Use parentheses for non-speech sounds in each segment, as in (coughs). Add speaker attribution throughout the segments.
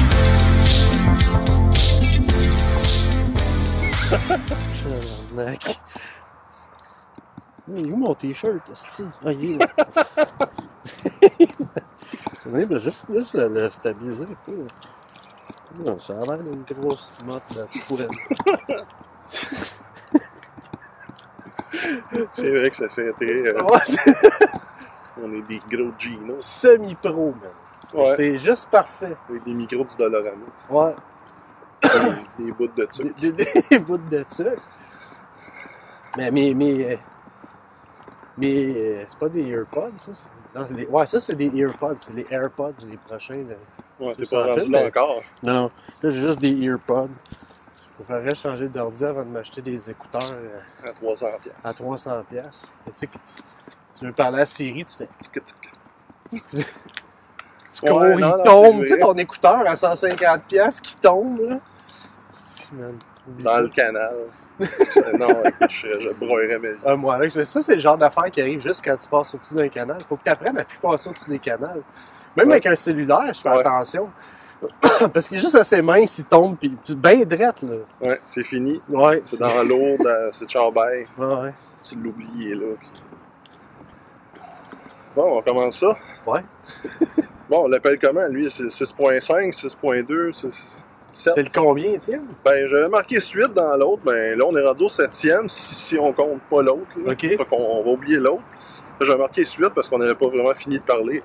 Speaker 1: (laughs) Tabarnak. Il est où mon t-shirt, Esti? Ah, il est (laughs) là. Oui, mais juste, juste le, le stabiliser un peu. Non, ça a l'air d'une grosse motte de poêle.
Speaker 2: C'est vrai que ça fait très. euh,
Speaker 1: Ouais, c'est
Speaker 2: on est des gros Ginos.
Speaker 1: semi-pro, man.
Speaker 2: Ouais.
Speaker 1: C'est juste parfait.
Speaker 2: Avec des micros du Dolorama.
Speaker 1: Ouais.
Speaker 2: Des, des bouts de dessus.
Speaker 1: Des, des- (laughs) des bouts de sucre. Mais mes. mes, euh, mes, euh, c'est pas des AirPods, ça? c'est- Non, c'est des, ouais, ça, c'est des AirPods. C'est les AirPods, les prochains. là.
Speaker 2: Ouais,
Speaker 1: C'est
Speaker 2: t'es
Speaker 1: ça,
Speaker 2: pas
Speaker 1: en
Speaker 2: rendu
Speaker 1: fait,
Speaker 2: là
Speaker 1: mais-
Speaker 2: encore.
Speaker 1: Non, non. Là, j'ai juste des EarPods. Je préférerais changer d'ordi avant de m'acheter des écouteurs euh,
Speaker 2: À 300 piastres.
Speaker 1: à 300$. piastres. Mais Tu sais, que tu, tu veux parler à Siri, tu fais.
Speaker 2: Tic, tic.
Speaker 1: Tu
Speaker 2: Ouais,
Speaker 1: cours,
Speaker 2: non,
Speaker 1: il
Speaker 2: non, c'est
Speaker 1: tombe.
Speaker 2: vrai.
Speaker 1: Tu sais, ton écouteur à 150$ piastres qui tombe, là. Si, man, oublie
Speaker 2: Dans
Speaker 1: ça. (laughs)
Speaker 2: le canal. non, écoute, je, je broyerais ma vie.
Speaker 1: Un mois Ah, avec. Mais ça, c'est le genre d'affaire qui arrive juste quand tu passes au-dessus d'un canal. Faut que tu apprennes à plus passer au-dessus des canals. Même
Speaker 2: Ouais.
Speaker 1: avec un cellulaire, je fais
Speaker 2: Ouais.
Speaker 1: attention. (clears throat) Parce qu'il est juste assez mince, il tombe, puis puis ben drette, là.
Speaker 2: Ouais, c'est fini.
Speaker 1: Ouais.
Speaker 2: C'est dans l'eau, dans- c'est Chambay.
Speaker 1: Ouais, ouais.
Speaker 2: Tu l'oublies, il est là. puis- Bon, on commence ça.
Speaker 1: Ouais.
Speaker 2: Bon, on l'appelle comment? Lui, c'est 6.5, 6.2, six-
Speaker 1: C'est
Speaker 2: 7.
Speaker 1: le combien, Étienne?
Speaker 2: Ben, j'avais marqué suite dans l'autre, mais là, on est rendu au septième si, si on compte pas l'autre. là.
Speaker 1: OK.
Speaker 2: Fait qu'on on va oublier l'autre. Là, J'avais marqué suite parce qu'on n'avait pas vraiment fini de parler.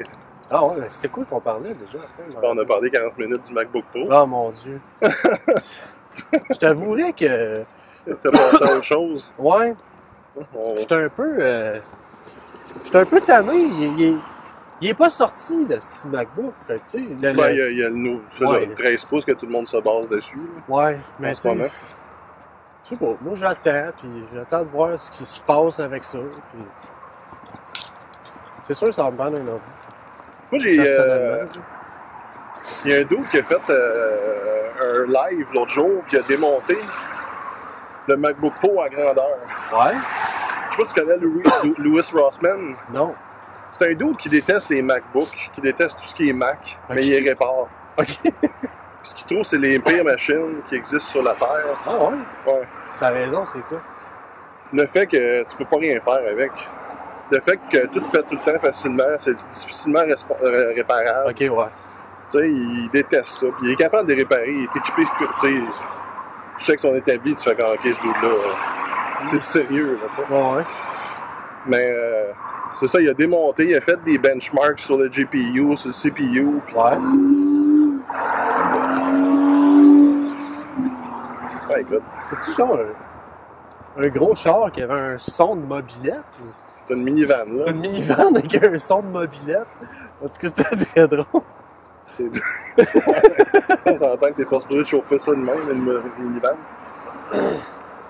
Speaker 1: Ah ouais, mais c'était quoi qu'on parlait déjà? à la fin, je me
Speaker 2: On a
Speaker 1: rappelle.
Speaker 2: parlé 40 minutes du MacBook Pro.
Speaker 1: Ah mon
Speaker 2: (laughs)
Speaker 1: dieu. je t'avouerais que,
Speaker 2: T'as pensé à
Speaker 1: (laughs)
Speaker 2: autre chose.
Speaker 1: ouais,
Speaker 2: On-
Speaker 1: j'étais un peu, euh, j'étais un peu tanné. Il, il est- il est pas sorti, le style MacBook. Fait que, tu sais, le- le-
Speaker 2: Ben, il y a, il y a le nou- ça,
Speaker 1: Ouais.
Speaker 2: le 13 pouces que tout le monde se base dessus. là,
Speaker 1: ouais,
Speaker 2: en
Speaker 1: mais tu
Speaker 2: ce
Speaker 1: sais,
Speaker 2: moment.
Speaker 1: Je sais pas, moi j'attends, puis j'attends de voir ce qui se passe avec ça. Puis... C'est sûr que ça va me prendre un ordi,
Speaker 2: Moi, j'ai. euh,
Speaker 1: personnellement.
Speaker 2: Il y a un dude qui a fait euh, un live l'autre jour, puis il a démonté le MacBook Pro à grandeur.
Speaker 1: Ouais?
Speaker 2: Je sais pas si tu connais Louis, Lou- Louis Rossman.
Speaker 1: Non.
Speaker 2: C'est un dude qui déteste les MacBooks, qui déteste tout ce qui est Mac,
Speaker 1: Ok.
Speaker 2: mais il les répare.
Speaker 1: Ok.
Speaker 2: (laughs) Ce qu'il trouve, c'est les pires machines qui existent sur la Terre.
Speaker 1: Ah ouais?
Speaker 2: Ouais.
Speaker 1: Ça a raison, c'est quoi?
Speaker 2: Le fait que tu peux pas rien faire avec. Le fait que tout pète tout le temps facilement, c'est difficilement respa- ré- réparable.
Speaker 1: Ok, ouais.
Speaker 2: Tu sais, il déteste ça. Puis il est capable de les réparer. Il est équipé. Tu sais, tu checks son établi, tu fais quand ok, ce
Speaker 1: Mm.
Speaker 2: dude-là. euh, C'est du sérieux, là, tu sais.
Speaker 1: Ouais, ouais.
Speaker 2: Mais euh, c'est ça, il a démonté, il a fait des benchmarks sur le GPU, sur le CPU. Puis,
Speaker 1: Ouais.
Speaker 2: Ouais, ben, écoute,
Speaker 1: C'est-tu genre un, un gros char qui avait un son de mobilette? ou-
Speaker 2: c'est une minivan,
Speaker 1: C'est
Speaker 2: là.
Speaker 1: une minivan avec un son de mobilette? En tout cas, c'était très drôle.
Speaker 2: C'est. On s'entend que t'es pas supposé chauffer ça de même, une une minivan.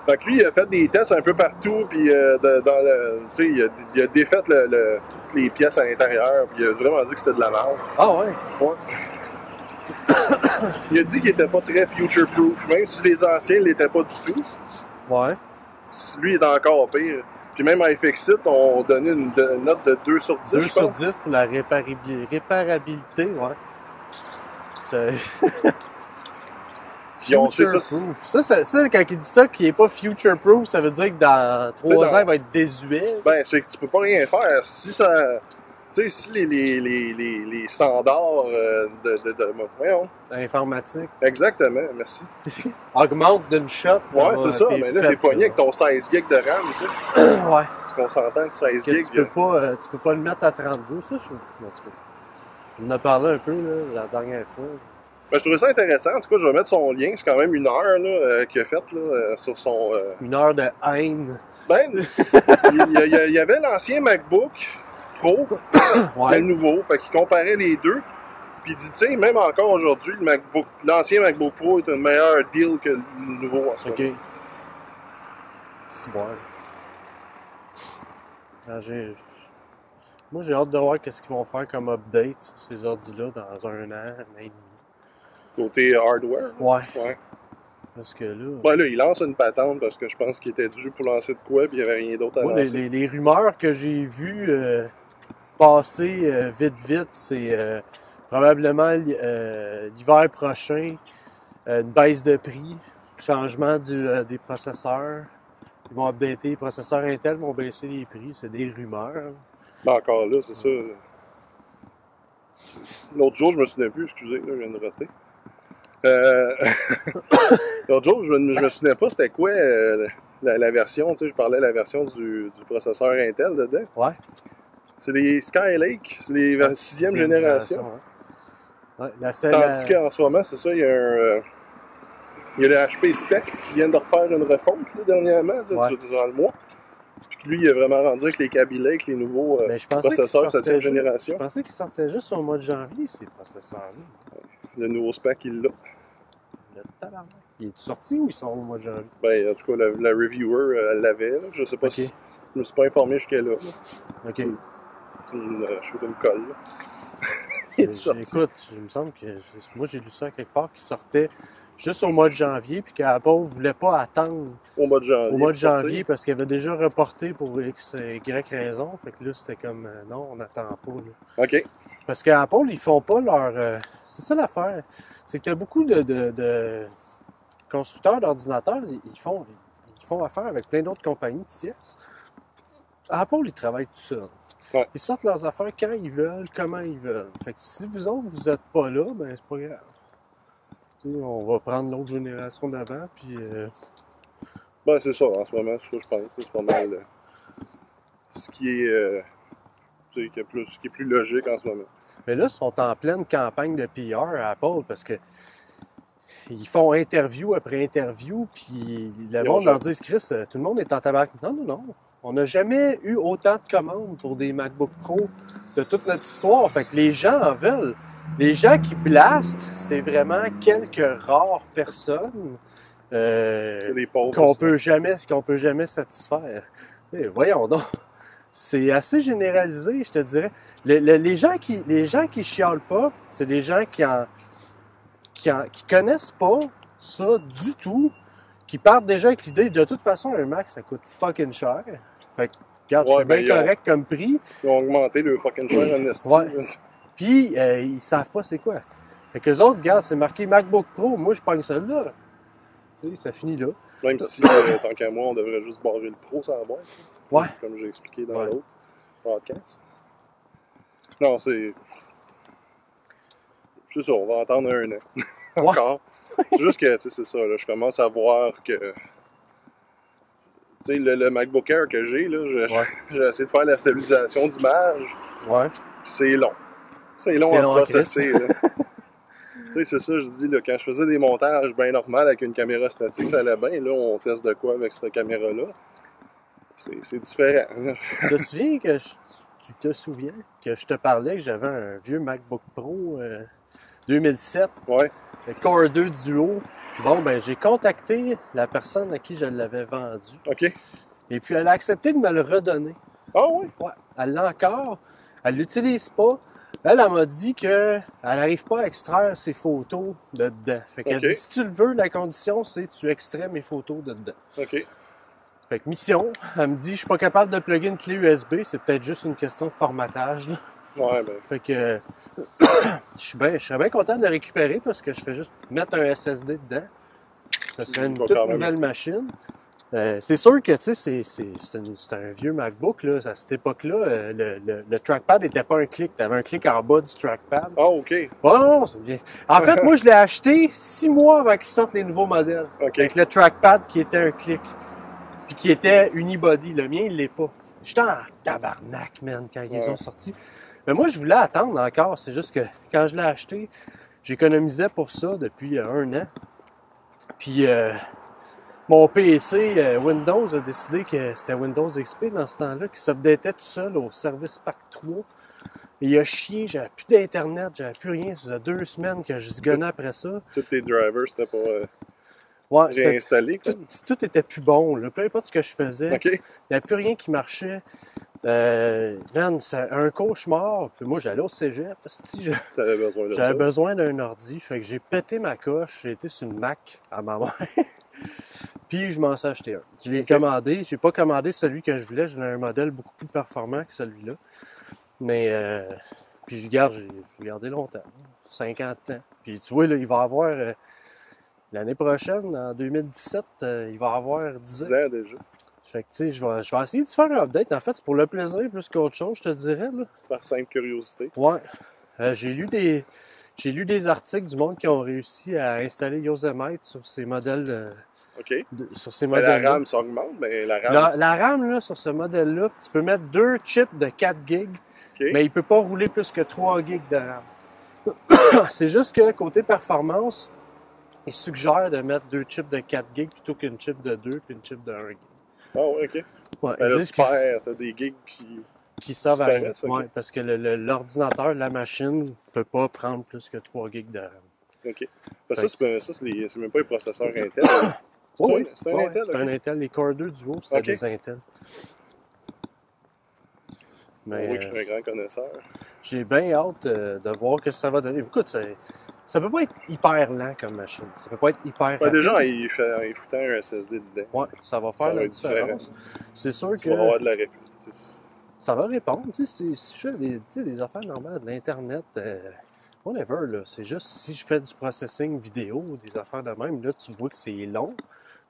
Speaker 2: Fait que lui, il a fait des tests un peu partout, puis euh, de- dans le, tu sais, il, a, il a défait le- le- toutes les pièces à l'intérieur, puis il a vraiment dit que c'était de la merde.
Speaker 1: Ah ouais?
Speaker 2: Il a dit qu'il était pas très future-proof, même si les anciens l'étaient pas du tout.
Speaker 1: Ouais.
Speaker 2: Lui, il est encore pire. Puis même à FXIT, on donnait une de- une note de 2 sur 10,
Speaker 1: 2
Speaker 2: je
Speaker 1: sur
Speaker 2: pense.
Speaker 1: 10 pour la réparabil- réparabilité, ouais. C'est.
Speaker 2: Puis on sait ça.
Speaker 1: Future-proof. Ça, ça, ça, quand il dit ça, qu'il n'est pas future proof, ça veut dire que dans trois
Speaker 2: dans-
Speaker 1: ans, il va être désuet.
Speaker 2: Ben, c'est que tu peux pas rien faire. Si ça... Tu sais, si les, les, les, les, les standards euh, de... de, de- voyons.
Speaker 1: Informatique.
Speaker 2: Exactement, merci.
Speaker 1: Augmente d'une shot.
Speaker 2: ouais,
Speaker 1: va-
Speaker 2: c'est ça. Mais là,
Speaker 1: fait,
Speaker 2: t'es pogné avec ton 16 gigs de RAM, tu sais.
Speaker 1: (clears throat) ouais.
Speaker 2: Parce qu'on s'entend que 16
Speaker 1: que
Speaker 2: gigs...
Speaker 1: tu peux pas, euh, tu peux pas le mettre à 32, ça, je trouve. En tout cas, on en a parlé un peu là, la dernière fois.
Speaker 2: Ben, je trouvais ça intéressant. En tout cas, je vais mettre son lien. C'est quand même une heure là, euh, qu'il a faite là, euh, sur son... euh,
Speaker 1: Une heure de haine. (laughs)
Speaker 2: Ben, il, y a- il y a- il y avait l'ancien MacBook Pro, mais
Speaker 1: (coughs) Ouais.
Speaker 2: le nouveau. Fait qu'il comparait les deux. Puis il dit, tu sais, même encore aujourd'hui, le MacBook- l'ancien MacBook, Pro est un meilleur deal que le nouveau en ce moment.
Speaker 1: Ok. C'est bon. Ah, j'ai- Moi, j'ai hâte de voir qu'est-ce qu'ils vont faire comme update sur ces ordis-là dans un an, un an et demi.
Speaker 2: Côté hardware.
Speaker 1: Ouais.
Speaker 2: Ouais.
Speaker 1: Parce que là,
Speaker 2: Ben là, il lance une patente parce que je pense qu'il était dû pour lancer de quoi, puis il n'y avait rien d'autre à
Speaker 1: moi, les,
Speaker 2: lancer.
Speaker 1: les- les rumeurs que j'ai vues euh, passer euh, vite, vite, c'est euh, probablement l'hi- euh, l'hiver prochain, euh, une baisse de prix. Changement du, euh, des processeurs. Ils vont updater. Les processeurs Intel vont baisser les prix. C'est des rumeurs.
Speaker 2: Ben, encore là, c'est ça. L'autre jour, je me souviens plus, excusez, là, je viens de roter. Euh, (laughs) L'autre jour, je me, je me souvenais pas c'était quoi euh, la, la version, tu sais, je parlais de la version du, du processeur Intel dedans.
Speaker 1: Ouais.
Speaker 2: C'est les Skylake, c'est les ver- sixième génération.
Speaker 1: ouais. Ouais, la seule,
Speaker 2: Tandis
Speaker 1: euh,
Speaker 2: qu'en ce moment, c'est ça, il y a un. euh, il y a le HP Spectre qui vient de refaire une refonte là, dernièrement, là,
Speaker 1: Ouais.
Speaker 2: du- durant le mois. Puis que lui, il a vraiment rendu avec les Kaby que les nouveaux euh,
Speaker 1: mais je pensais qu'ils
Speaker 2: processeurs
Speaker 1: sortaient
Speaker 2: 7
Speaker 1: juste- Je
Speaker 2: génération.
Speaker 1: pensais qu'ils sortaient juste au mois de janvier, ces processeurs-là.
Speaker 2: Le nouveau spec, il l'a.
Speaker 1: Le tabarnak. Ils sont sortis ou ils sont au mois de janvier?
Speaker 2: Ben, en tout cas, la, la reviewer, euh, elle l'avait. là. Je sais pas
Speaker 1: Ok.
Speaker 2: si. Je me suis pas informé jusqu'à là. là.
Speaker 1: OK.
Speaker 2: C'est- C'est une, euh, je suis une colle. là. Il est sorti.
Speaker 1: Ben, Écoute, il me semble que j'ai- moi j'ai lu ça quelque part qui sortait juste au mois de janvier, puis qu'Apple ne voulait pas attendre
Speaker 2: Au mois de janvier.
Speaker 1: au mois de
Speaker 2: il est sorti.
Speaker 1: janvier parce qu'il avait déjà reporté pour X et Y raison. Fait que là, c'était comme euh, non, on n'attend pas. là.
Speaker 2: Ok.
Speaker 1: Parce qu'Apple, ils font pas leur. euh, c'est ça l'affaire. C'est que tu as beaucoup de, de- de constructeurs d'ordinateurs, ils- ils font, ils font affaire avec plein d'autres compagnies tierces. Apple, ils travaillent tout seuls.
Speaker 2: Ouais.
Speaker 1: Ils sortent leurs affaires quand ils veulent, comment ils veulent. Fait que si vous autres, vous n'êtes pas là, ben c'est pas grave. Tu sais, on va prendre l'autre génération d'avant, puis. euh,
Speaker 2: Ben, c'est ça, en ce moment, c'est ça, je pense. C'est pas mal euh, ce qui est, euh, tu sais, qui, est plus, qui est plus logique en ce moment.
Speaker 1: Mais là, ils sont en pleine campagne de PR à Apple parce que ils font interview après interview, puis le
Speaker 2: Ils ont
Speaker 1: monde leur
Speaker 2: jamais-
Speaker 1: dit Chris, euh, tout le monde est en tabac. Non, non, non. On n'a jamais eu autant de commandes pour des MacBook Pro de toute notre histoire. Fait que les gens en veulent. Les gens qui blastent, c'est vraiment quelques rares personnes euh,
Speaker 2: C'est les pauvres.
Speaker 1: qu'on
Speaker 2: ça.
Speaker 1: peut jamais, qu'on peut jamais satisfaire. Eh, voyons donc. C'est assez généralisé, je te dirais. Le- le- les gens qui, les gens qui chialent pas, c'est des gens qui en, qui en- qui connaissent pas ça du tout, qui partent déjà avec l'idée de toute façon un Mac ça coûte fucking cher. Fait que, regarde,
Speaker 2: Ouais,
Speaker 1: c'est
Speaker 2: ben,
Speaker 1: bien
Speaker 2: ils ont-
Speaker 1: correct comme prix.
Speaker 2: Ils ont augmenté le fucking cher en esti.
Speaker 1: Ouais. Puis euh, ils savent pas c'est quoi. Fait que les autres, regarde, c'est marqué MacBook Pro. Moi, je pogne celle-là. Tu sais, ça finit là.
Speaker 2: Même si, euh, tant qu'à moi, on devrait juste barrer le pro sans la boîte. là.
Speaker 1: Ouais.
Speaker 2: Comme j'ai expliqué dans
Speaker 1: Ouais.
Speaker 2: l'autre podcast. Non, c'est. C'est ça, on va attendre un an. (laughs) Encore. C'est juste que, tu sais, c'est ça, là, je commence à voir que. Tu sais, le, le MacBook Air que j'ai, là, (laughs) je-
Speaker 1: Ouais.
Speaker 2: j'ai essayé de faire la stabilisation d'image,
Speaker 1: Ouais.
Speaker 2: puis c'est long. C'est long
Speaker 1: C'est
Speaker 2: à
Speaker 1: long en
Speaker 2: processer, là. (laughs) Tu sais, c'est ça, je dis, là, quand je faisais des montages bien normal avec une caméra statique, ça allait bien. Là, on teste de quoi avec cette caméra-là. C'est c'est différent.
Speaker 1: Tu te souviens que je- tu te souviens que je te parlais que j'avais un vieux MacBook Pro euh, 2007,
Speaker 2: Ouais.
Speaker 1: le Core 2 Duo. Bon, ben j'ai contacté la personne à qui je l'avais vendu
Speaker 2: (laughs) OK.
Speaker 1: et puis elle a accepté de me le redonner.
Speaker 2: Ah oui?
Speaker 1: Ouais, elle l'a encore. Elle l'utilise pas. Elle, elle m'a dit que elle n'arrive pas à extraire ses photos de dedans. Fait qu'elle
Speaker 2: Ok.
Speaker 1: dit si tu le veux, la condition c'est tu extrais mes photos de dedans.
Speaker 2: OK.
Speaker 1: Fait que mission, elle me dit je suis pas capable de plugger une clé USB, c'est peut-être juste une question de formatage. là.
Speaker 2: Ouais, ben,
Speaker 1: Fait que (coughs) je suis bien, je serais bien content de le récupérer parce que je ferais juste mettre un SSD dedans. Ça serait une
Speaker 2: Il va
Speaker 1: toute
Speaker 2: quand même.
Speaker 1: nouvelle machine. Euh, c'est sûr que tu sais, c'est- c'est c'est une- c'est un vieux MacBook. Là. À cette époque-là, euh, le, le- le trackpad n'était pas un clic. Tu avais un clic en bas du trackpad.
Speaker 2: Ah, OK.
Speaker 1: Oh non, c'est bien. En fait, moi, je l'ai acheté six mois avant qu'ils sortent les nouveaux modèles.
Speaker 2: OK.
Speaker 1: Avec le trackpad qui était un clic. Puis qui était unibody. Le mien, il l'est pas. J'étais en tabarnak, man, quand ils
Speaker 2: Ouais.
Speaker 1: ont sorti. Mais moi, je voulais attendre encore. C'est juste que quand je l'ai acheté, j'économisais pour ça depuis euh, un an. Puis euh, mon PC euh, Windows a décidé que c'était Windows XP dans ce temps-là, qui s'updatait tout seul au service Pack 3. Et il a chié, j'avais plus d'internet, j'avais plus rien. Ça faisait deux semaines que je zigonnais après ça.
Speaker 2: Tous tes drivers, c'était pas euh,
Speaker 1: Ouais, Ah, c'était-
Speaker 2: réinstallé. quoi.
Speaker 1: tout, tout était plus bon. là. Peu importe ce que je faisais,
Speaker 2: OK.
Speaker 1: il n'y avait plus rien qui marchait. Euh, man, c'est un cauchemar. Puis moi, j'allais au cégep. Si je-
Speaker 2: T'avais besoin de ça.
Speaker 1: J'avais besoin d'un ordi, fait que j'ai pété ma coche, j'ai été sur une Mac à ma mère. (laughs) Puis je m'en suis acheté un. Je l'ai commandé, j'ai pas commandé celui que je voulais, j'ai un modèle beaucoup plus performant que celui-là. Mais euh, puis je garde, j'ai je l'ai gardé longtemps, 50 ans. Puis tu vois là, il va avoir euh, L'année prochaine, en 2017, euh, il va avoir 10
Speaker 2: 10
Speaker 1: ans.
Speaker 2: ans déjà.
Speaker 1: Fait que, tu sais, je vais, je vais essayer de faire un update. En fait, c'est pour le plaisir plus qu'autre chose, je te dirais. Là.
Speaker 2: Par simple curiosité.
Speaker 1: Ouais. Euh, j'ai lu des. J'ai lu des articles du monde qui ont réussi à installer Yosemite sur ces modèles euh,
Speaker 2: OK.
Speaker 1: de- sur ces
Speaker 2: Mais
Speaker 1: modèles
Speaker 2: la RAM, ça augmente, mais la RAM.
Speaker 1: la, la RAM là, sur ce modèle-là, tu peux mettre deux chips de 4 gigs,
Speaker 2: OK.
Speaker 1: mais il peut pas rouler plus que 3 gigs de RAM. (coughs) C'est juste que côté performance, il suggère de mettre deux chips de 4 gigs plutôt qu'une chip de 2 puis une chip de 1 gig.
Speaker 2: Ah ouais, OK.
Speaker 1: Ouais,
Speaker 2: Ben
Speaker 1: ils
Speaker 2: là,
Speaker 1: disent
Speaker 2: tu
Speaker 1: que-
Speaker 2: perds, t'as des gigs qui.
Speaker 1: qui servent à
Speaker 2: Super,
Speaker 1: rien.
Speaker 2: ça, ok.
Speaker 1: Ouais, parce que le- le- l'ordinateur, la machine, peut pas prendre plus que 3 gigs de RAM.
Speaker 2: OK. Ben,
Speaker 1: Fait
Speaker 2: ça,
Speaker 1: que-
Speaker 2: c'est pas- ça, c'est les- c'est même pas les processeurs Intel. C'est
Speaker 1: Oui,
Speaker 2: un-
Speaker 1: oui.
Speaker 2: c'est un
Speaker 1: Ouais,
Speaker 2: Intel,
Speaker 1: C'est
Speaker 2: ok.
Speaker 1: un Intel. Les Core 2 Duo, c'était
Speaker 2: Ok.
Speaker 1: des Intel. Mais
Speaker 2: Oui, que je
Speaker 1: euh,
Speaker 2: suis un grand connaisseur.
Speaker 1: (laughs) j'ai bien hâte euh, de voir que ça va donner. Écoute, ça, ça peut pas être hyper lent comme machine. Ça peut pas être hyper.
Speaker 2: Ben,
Speaker 1: rapide.
Speaker 2: déjà, en y fa- en y foutant un SSD dedans,
Speaker 1: Ouais, ça va
Speaker 2: Ça
Speaker 1: faire
Speaker 2: va
Speaker 1: la
Speaker 2: être différent.
Speaker 1: différence. C'est sûr
Speaker 2: tu
Speaker 1: que
Speaker 2: vas avoir de la réplique.
Speaker 1: ça va répondre. Tu sais, c'est- si je fais des, tu sais, des affaires normales, de l'Internet, euh, whatever, là. C'est juste si je fais du processing vidéo, des affaires de même, là, tu vois que c'est long.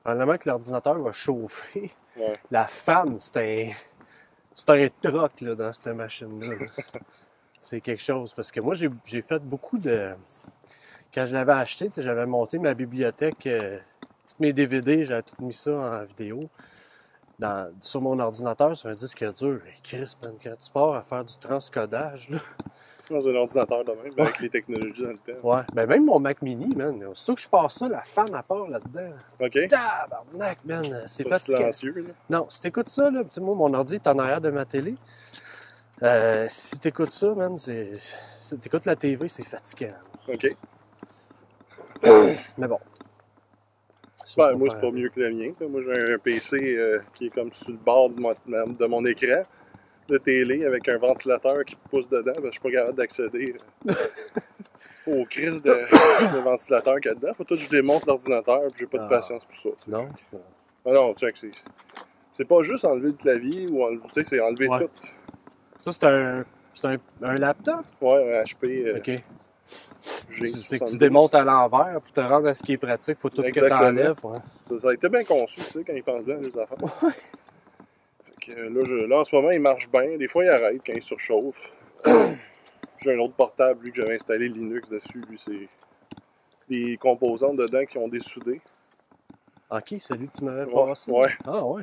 Speaker 1: Probablement que l'ordinateur va chauffer.
Speaker 2: Ouais.
Speaker 1: La fan, c'est un. C'est un troc là, dans cette machine-là. là. c'est quelque chose. Parce que moi, j'ai j'ai fait beaucoup de. Quand je l'avais acheté, tu sais, j'avais monté ma bibliothèque, euh, tous mes DVD, j'avais tout mis ça en vidéo dans- sur mon ordinateur, sur un disque dur. Et Chris, man, quand tu pars à faire du transcodage, là.
Speaker 2: Dans un ordinateur de même, avec les technologies dans le temps.
Speaker 1: Ouais. Ben, même mon Mac mini, man, aussitôt que je passe ça, la fan à part là-dedans.
Speaker 2: OK?
Speaker 1: Tabarnak, man, c'est
Speaker 2: Pas
Speaker 1: fatigant.
Speaker 2: silencieux, là.
Speaker 1: Non, si t'écoutes ça, là, petit mot, mon ordi est en arrière de ma télé. Euh, si t'écoutes ça, man, c'est. c'est- T'écoutes la TV, c'est fatigant.
Speaker 2: OK.
Speaker 1: Mais bon.
Speaker 2: Ben, moi, c'est pas mieux que le mien. là. Moi, j'ai un PC euh, qui est comme sur le bord de mon, de mon écran de télé avec un ventilateur qui pousse dedans. parce que je suis pas capable d'accéder
Speaker 1: (laughs)
Speaker 2: euh, aux crises de, de ventilateur qu'il y a dedans. Faut tout que je démonte l'ordinateur puis j'ai pas de
Speaker 1: Ah.
Speaker 2: patience pour ça. tu sais.
Speaker 1: Non?
Speaker 2: Ah non, tu sais que c'est. C'est pas juste enlever le clavier ou enlever, tu sais, c'est enlever
Speaker 1: Ouais.
Speaker 2: tout.
Speaker 1: Ça, c'est un. C'est un, un laptop?
Speaker 2: Ouais, un HP, euh,
Speaker 1: Ok.
Speaker 2: G.
Speaker 1: C'est que tu
Speaker 2: 72.
Speaker 1: démontes à l'envers pour te rendre à ce qui est pratique. Faut tout
Speaker 2: Exactement.
Speaker 1: que t'enlèves. ouais.
Speaker 2: Ça, ça a été bien conçu, tu sais, quand ils pensent bien à les affaires. Fait que, euh, là, je- là, en ce moment, il marche bien. Des fois, il arrête quand il surchauffe.
Speaker 1: (coughs)
Speaker 2: J'ai un autre portable, lui, que j'avais installé Linux dessus. Lui, c'est des composants dedans qui ont dessoudé.
Speaker 1: Ok, celui que tu m'avais
Speaker 2: Ouais,
Speaker 1: passé.
Speaker 2: ouais.
Speaker 1: Ah ouais.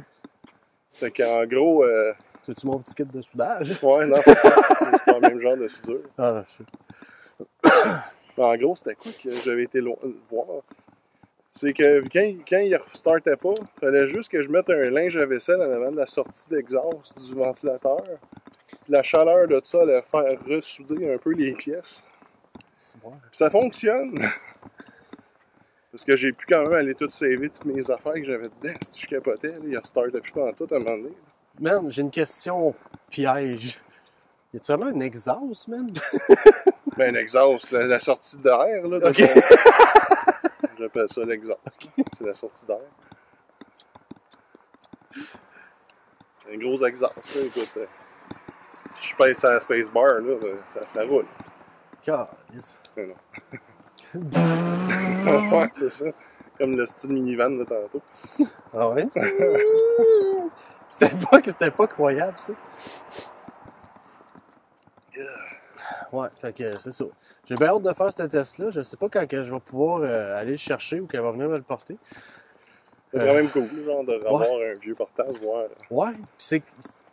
Speaker 2: Fait qu'en gros, euh,
Speaker 1: T'as-tu mon petit kit de soudage?
Speaker 2: ouais, non, c'est pas le même genre de soudure.
Speaker 1: Ah, je-
Speaker 2: Mais Ben, en gros, c'était quoi que j'avais été lo- voir? C'est que quand, il- quand il restartait pas, fallait juste que je mette un linge à vaisselle en avant de la sortie d'exhaust du ventilateur. Puis la chaleur de ça allait faire ressouder un peu les pièces.
Speaker 1: c'est bon.
Speaker 2: Puis ça fonctionne! (laughs) Parce que j'ai pu quand même aller tout saver toutes mes affaires que j'avais dedans. Si je capotais, là, il restartait plus pendant tout à un moment donné.
Speaker 1: Man, j'ai une question piège. Y a-tu vraiment un exhaust, man?
Speaker 2: Ben, l'exhaust, la, la sortie d'air, là. de
Speaker 1: Ok.
Speaker 2: ton-
Speaker 1: (laughs)
Speaker 2: J'appelle ça l'exhaust. C'est la sortie d'air. C'est un gros exhaust, là, écoute. euh, Si je pèse à la spacebar, là, euh, ça se
Speaker 1: (laughs)
Speaker 2: la roule.
Speaker 1: Calice.
Speaker 2: Mais non.
Speaker 1: ah
Speaker 2: ouais, c'est ça. Comme le style minivan de tantôt.
Speaker 1: ouais? (laughs) C'était pas, c'était pas croyable, ça. Ouais, fait que c'est ça. J'ai bien hâte de faire ce test-là. Je sais pas quand que je vais pouvoir euh, aller le chercher ou qu'elle va venir me le porter.
Speaker 2: C'est
Speaker 1: Euh.
Speaker 2: quand même cool, genre, de revoir un vieux portable, voir.
Speaker 1: Ouais, pis c'est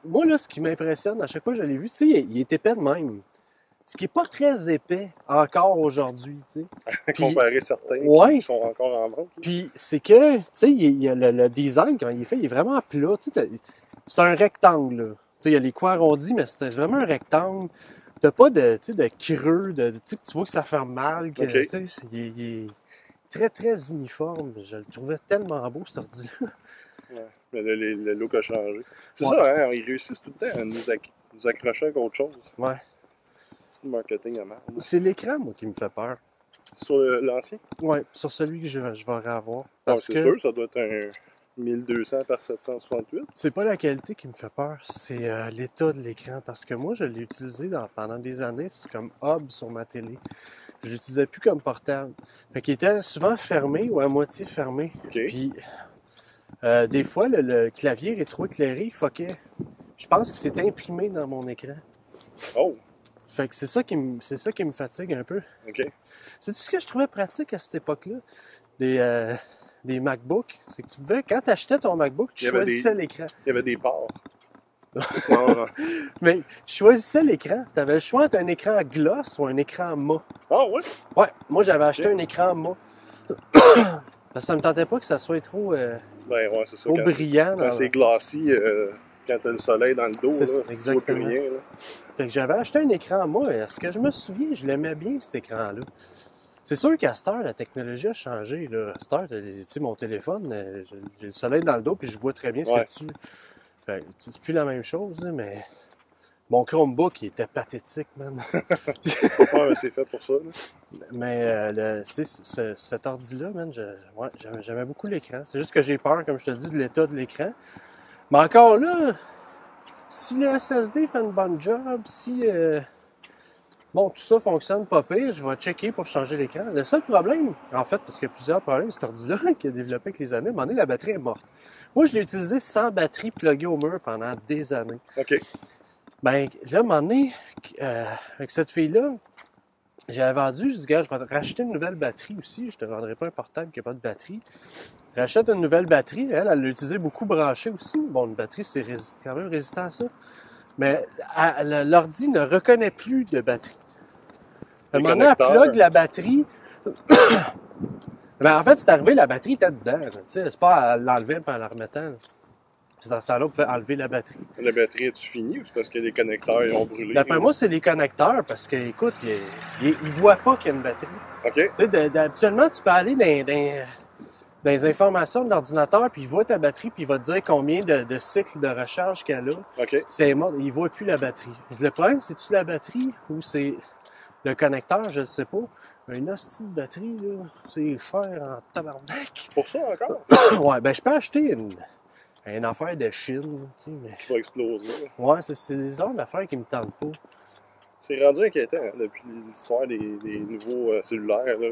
Speaker 1: moi là, ce qui m'impressionne à chaque fois que je l'ai vu, tu sais, il, il est épais de même. Ce qui est pas très épais encore aujourd'hui, tu sais.
Speaker 2: (laughs)
Speaker 1: Puis-
Speaker 2: comparer certains
Speaker 1: Ouais.
Speaker 2: qui sont encore en vente. là.
Speaker 1: Puis c'est que, tu sais, il, il y a le, le design quand il est fait, il est vraiment plat. Tu sais, t'as- c'est un rectangle. là. Tu sais, il y a les coins arrondis, mais c'est vraiment un rectangle. T'as pas de, tu sais, de creux, de, de- tu sais, que tu vois que ça fait mal. Que,
Speaker 2: Ok.
Speaker 1: tu sais, c'est- il, est- il est très très uniforme. Je le trouvais tellement beau cet ordi. (laughs)
Speaker 2: Mais le, le- le look a changé. C'est
Speaker 1: Ouais.
Speaker 2: ça, hein, ils réussissent tout le temps à nous, acc- nous accrocher à autre chose.
Speaker 1: Ouais.
Speaker 2: C'est du marketing à merde.
Speaker 1: C'est l'écran moi qui me fait peur.
Speaker 2: Sur le- l'ancien?
Speaker 1: Ouais, sur celui que je, je vais avoir.
Speaker 2: Ouais,
Speaker 1: Parce
Speaker 2: c'est
Speaker 1: que
Speaker 2: sûr, ça doit être un, 1200 par 768.
Speaker 1: C'est pas la qualité qui me fait peur, c'est euh, l'état de l'écran. Parce que moi, je l'ai utilisé dans- pendant des années c'est comme hub sur ma télé. Je l'utilisais plus comme portable. Fait qu'il était souvent fermé ou à moitié fermé.
Speaker 2: OK.
Speaker 1: Puis, euh, des fois, le, le clavier rétroéclairé, il fuckait. Je pense que c'est imprimé dans mon écran.
Speaker 2: Oh,
Speaker 1: Fait que c'est ça qui me, c'est ça qui me fatigue un peu.
Speaker 2: OK.
Speaker 1: C'est ce que je trouvais pratique à cette époque-là, des, euh, des MacBooks, c'est que tu pouvais, quand tu achetais ton MacBook, tu
Speaker 2: Il y avait des-
Speaker 1: choisissais l'écran.
Speaker 2: Il y avait
Speaker 1: (laughs)
Speaker 2: des parts. non, non.
Speaker 1: Mais tu choisissais l'écran. Tu avais le choix entre un écran gloss ou un écran mat.
Speaker 2: Ah ouais?
Speaker 1: Ouais, moi j'avais acheté un écran mat. (coughs) Parce que ça me tentait pas que ça soit trop, euh,
Speaker 2: Ben ouais, c'est ça.
Speaker 1: trop
Speaker 2: quand-
Speaker 1: brillant.
Speaker 2: Quand
Speaker 1: là.
Speaker 2: c'est glacis, euh, quand t'as le soleil dans le dos,
Speaker 1: C'est
Speaker 2: là,
Speaker 1: ça,
Speaker 2: tu vois plus
Speaker 1: exactement.
Speaker 2: rien. Là.
Speaker 1: Fait que j'avais acheté un écran moi. Est-ce que je me souviens, je l'aimais bien cet écran-là. C'est sûr qu'à cette heure, la technologie a changé. Là. À cette heure, t'as- tu sais, mon téléphone, euh, j'ai j'ai le soleil dans le dos puis je vois très bien ce
Speaker 2: Ouais.
Speaker 1: que tu. Fait que, tu sais, c'est plus la même chose, là, mais. Mon Chromebook, il était pathétique, man.
Speaker 2: Ouais, mais c'est fait pour ça. là.
Speaker 1: Mais euh, le- tu sais, ce- ce- cet ordi-là, man, je- ouais, j'aimais j'aimais beaucoup l'écran. C'est juste que j'ai peur, comme je te dis, de l'état de l'écran. Mais encore là, si le SSD fait une bonne job, si euh, bon, tout ça fonctionne pas pire, je vais checker pour changer l'écran. Le seul problème, en fait, parce qu'il y a plusieurs problèmes, cet ordi-là (laughs) qui a développé avec les années, à un moment donné, la batterie est morte. Moi, je l'ai utilisé sans batterie pluguée au mur pendant des années.
Speaker 2: OK.
Speaker 1: Ben, là, à un moment donné, euh, avec cette fille-là, j'avais vendu, je dis, gars, je vais te racheter une nouvelle batterie aussi. Je te vendrai pas un portable qui n'a pas de batterie. Rachète une nouvelle batterie. Elle, elle l'a utilisé beaucoup branchée aussi. Bon, une batterie, c'est rési- quand même résistant à ça. Mais à- le- l'ordi ne reconnaît plus de batterie. À un
Speaker 2: Les
Speaker 1: moment donné, elle
Speaker 2: connecteurs.
Speaker 1: plug la batterie. (coughs) Ben, en fait, c'est arrivé, la batterie était dedans. là. Tu sais, c'est pas à l'enlever et en la remettant. là. Puis dans ce temps-là, on pouvait enlever la batterie.
Speaker 2: La batterie, est tu finie ou c'est parce que les connecteurs ils ont brûlé?
Speaker 1: D'après moi, c'est les connecteurs parce que, écoute, ils il, il voient pas qu'il y a une batterie.
Speaker 2: OK.
Speaker 1: Tu sais, de- de- habituellement, tu peux aller dans, dans- dans les informations de l'ordinateur, puis il voit ta batterie, puis il va te dire combien de, de cycles de recharge qu'elle a.
Speaker 2: OK.
Speaker 1: C'est mort, il voit plus la batterie. Le problème, c'est-tu la batterie ou c'est le connecteur, je ne sais pas. Une hostie de batterie, là, c'est cher en tabarnak. (coughs)
Speaker 2: Pour ça encore?
Speaker 1: ouais, ben je peux acheter une, une affaire de Chine, tu sais, mais...
Speaker 2: Ça va exploser.
Speaker 1: Ouais, c'est- c'est des genres d'affaires qui me tentent pas.
Speaker 2: C'est rendu inquiétant hein, depuis l'histoire des, des nouveaux euh, cellulaires, là,